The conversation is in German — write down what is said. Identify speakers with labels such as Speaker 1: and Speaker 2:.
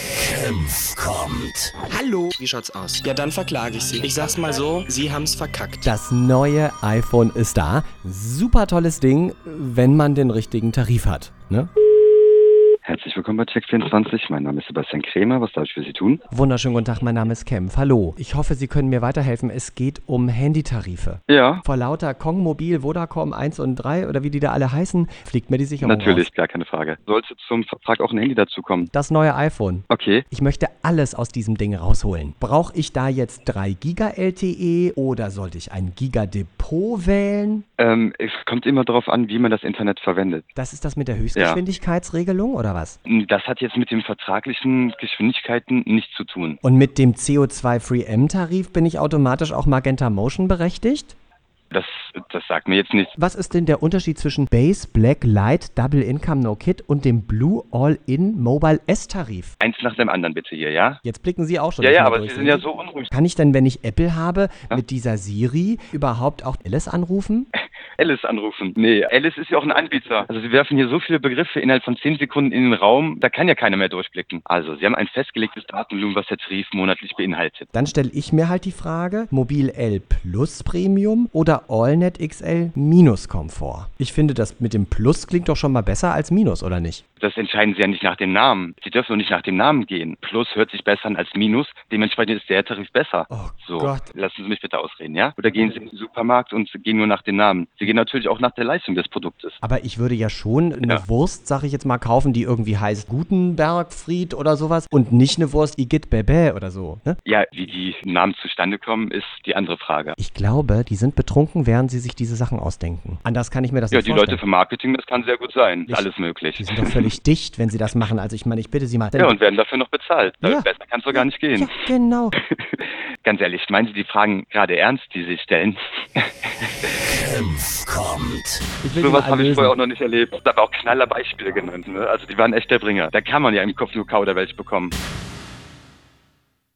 Speaker 1: Senf kommt.
Speaker 2: Hallo. Wie schaut's aus? Ja, dann verklage ich Sie. Ich sag's mal so, Sie haben's verkackt.
Speaker 3: Das neue iPhone ist da. Super tolles Ding, wenn man den richtigen Tarif hat. Ne?
Speaker 4: Herzlich willkommen bei Check24. Mein Name ist Sebastian Krämer. Was darf ich für Sie tun?
Speaker 3: Wunderschönen guten Tag, mein Name ist Kempf. Hallo. Ich hoffe, Sie können mir weiterhelfen. Es geht um Handytarife.
Speaker 4: Ja,
Speaker 3: Vor lauter Kong Mobil, Vodacom 1 und 3 oder wie die da alle heißen, fliegt mir die Sicherung
Speaker 4: natürlich,
Speaker 3: Raus.
Speaker 4: gar keine Frage. Sollte zum Vertrag auch ein Handy dazukommen?
Speaker 3: Das neue iPhone.
Speaker 4: Okay.
Speaker 3: Ich möchte alles aus diesem Ding rausholen. Brauche ich da jetzt 3 Giga LTE oder sollte ich ein Giga Depot wählen?
Speaker 4: Ähm, es kommt immer darauf an, wie man das Internet verwendet. Hm,
Speaker 3: Das ist das mit der Höchstgeschwindigkeitsregelung oder was?
Speaker 4: Das hat jetzt mit den vertraglichen Geschwindigkeiten nichts zu tun.
Speaker 3: Und mit dem CO2-Free-M-Tarif bin ich automatisch auch Magenta Motion berechtigt?
Speaker 4: Das, das sagt mir jetzt nichts.
Speaker 3: Was ist denn der Unterschied zwischen Base, Black, Light, Double Income, No Kit und dem Blue All-In Mobile S-Tarif?
Speaker 4: Eins nach dem anderen bitte hier, ja?
Speaker 3: Jetzt blicken Sie auch schon.
Speaker 4: Ja,
Speaker 3: dass
Speaker 4: ja,
Speaker 3: wir
Speaker 4: aber
Speaker 3: durch ne?
Speaker 4: Sie sind ja so unruhig.
Speaker 3: Kann ich denn, wenn ich Apple habe, mit dieser Siri überhaupt auch Alice anrufen?
Speaker 4: Alice anrufen. Nee, Alice ist ja auch ein Anbieter. Also Sie werfen hier so viele Begriffe innerhalb von zehn Sekunden in den Raum, da kann ja keiner mehr durchblicken. Also, Sie haben ein festgelegtes Datenvolumen, was der Tarif monatlich beinhaltet.
Speaker 3: Dann stelle ich mir halt die Frage, Mobil L Plus Premium oder AllNet XL Minus Komfort? Ich finde, das mit dem Plus klingt doch schon mal besser als Minus, oder nicht?
Speaker 4: Das entscheiden Sie ja nicht nach dem Namen. Sie dürfen doch nicht nach dem Namen gehen. Plus hört sich besser an als Minus. Dementsprechend ist der Tarif besser.
Speaker 3: Oh
Speaker 4: so,
Speaker 3: Gott.
Speaker 4: lassen Sie mich bitte ausreden, ja? Oder gehen Sie in den Supermarkt und gehen nur nach dem Namen. Sie gehen natürlich auch nach der Leistung des Produktes.
Speaker 3: Aber ich würde ja schon eine
Speaker 4: Ja.
Speaker 3: Wurst, sag ich jetzt mal, kaufen, die irgendwie heißt Gutenbergfried oder sowas und nicht eine Wurst Igitt Bebe oder so. Ne?
Speaker 4: Ja, wie die Namen zustande kommen, ist die andere Frage.
Speaker 3: Ich glaube, die sind betrunken, während sie sich diese Sachen ausdenken. Anders kann ich mir das
Speaker 4: Ja,
Speaker 3: nicht
Speaker 4: die
Speaker 3: vorstellen.
Speaker 4: Leute vom Marketing, das kann sehr gut sein. Ist
Speaker 3: Ich-
Speaker 4: Alles möglich.
Speaker 3: die sind doch völlig dicht, wenn sie das machen. Also ich meine, ich bitte sie mal.
Speaker 4: Ja, und werden dafür noch bezahlt.
Speaker 3: Ja.
Speaker 4: Besser kann es doch gar nicht gehen.
Speaker 3: Ja, genau.
Speaker 4: Ganz ehrlich, meinen Sie die Fragen gerade ernst, die Sie stellen?
Speaker 1: Senf kommt.
Speaker 3: Ich will die mal
Speaker 4: Sowas habe ich
Speaker 3: erlösen.
Speaker 4: vorher auch noch nicht erlebt. Ich habe auch knaller Beispiele genannt. Ne? Also die waren echt der Bringer. Da kann man ja im Kopf nur Kauderwelsch bekommen.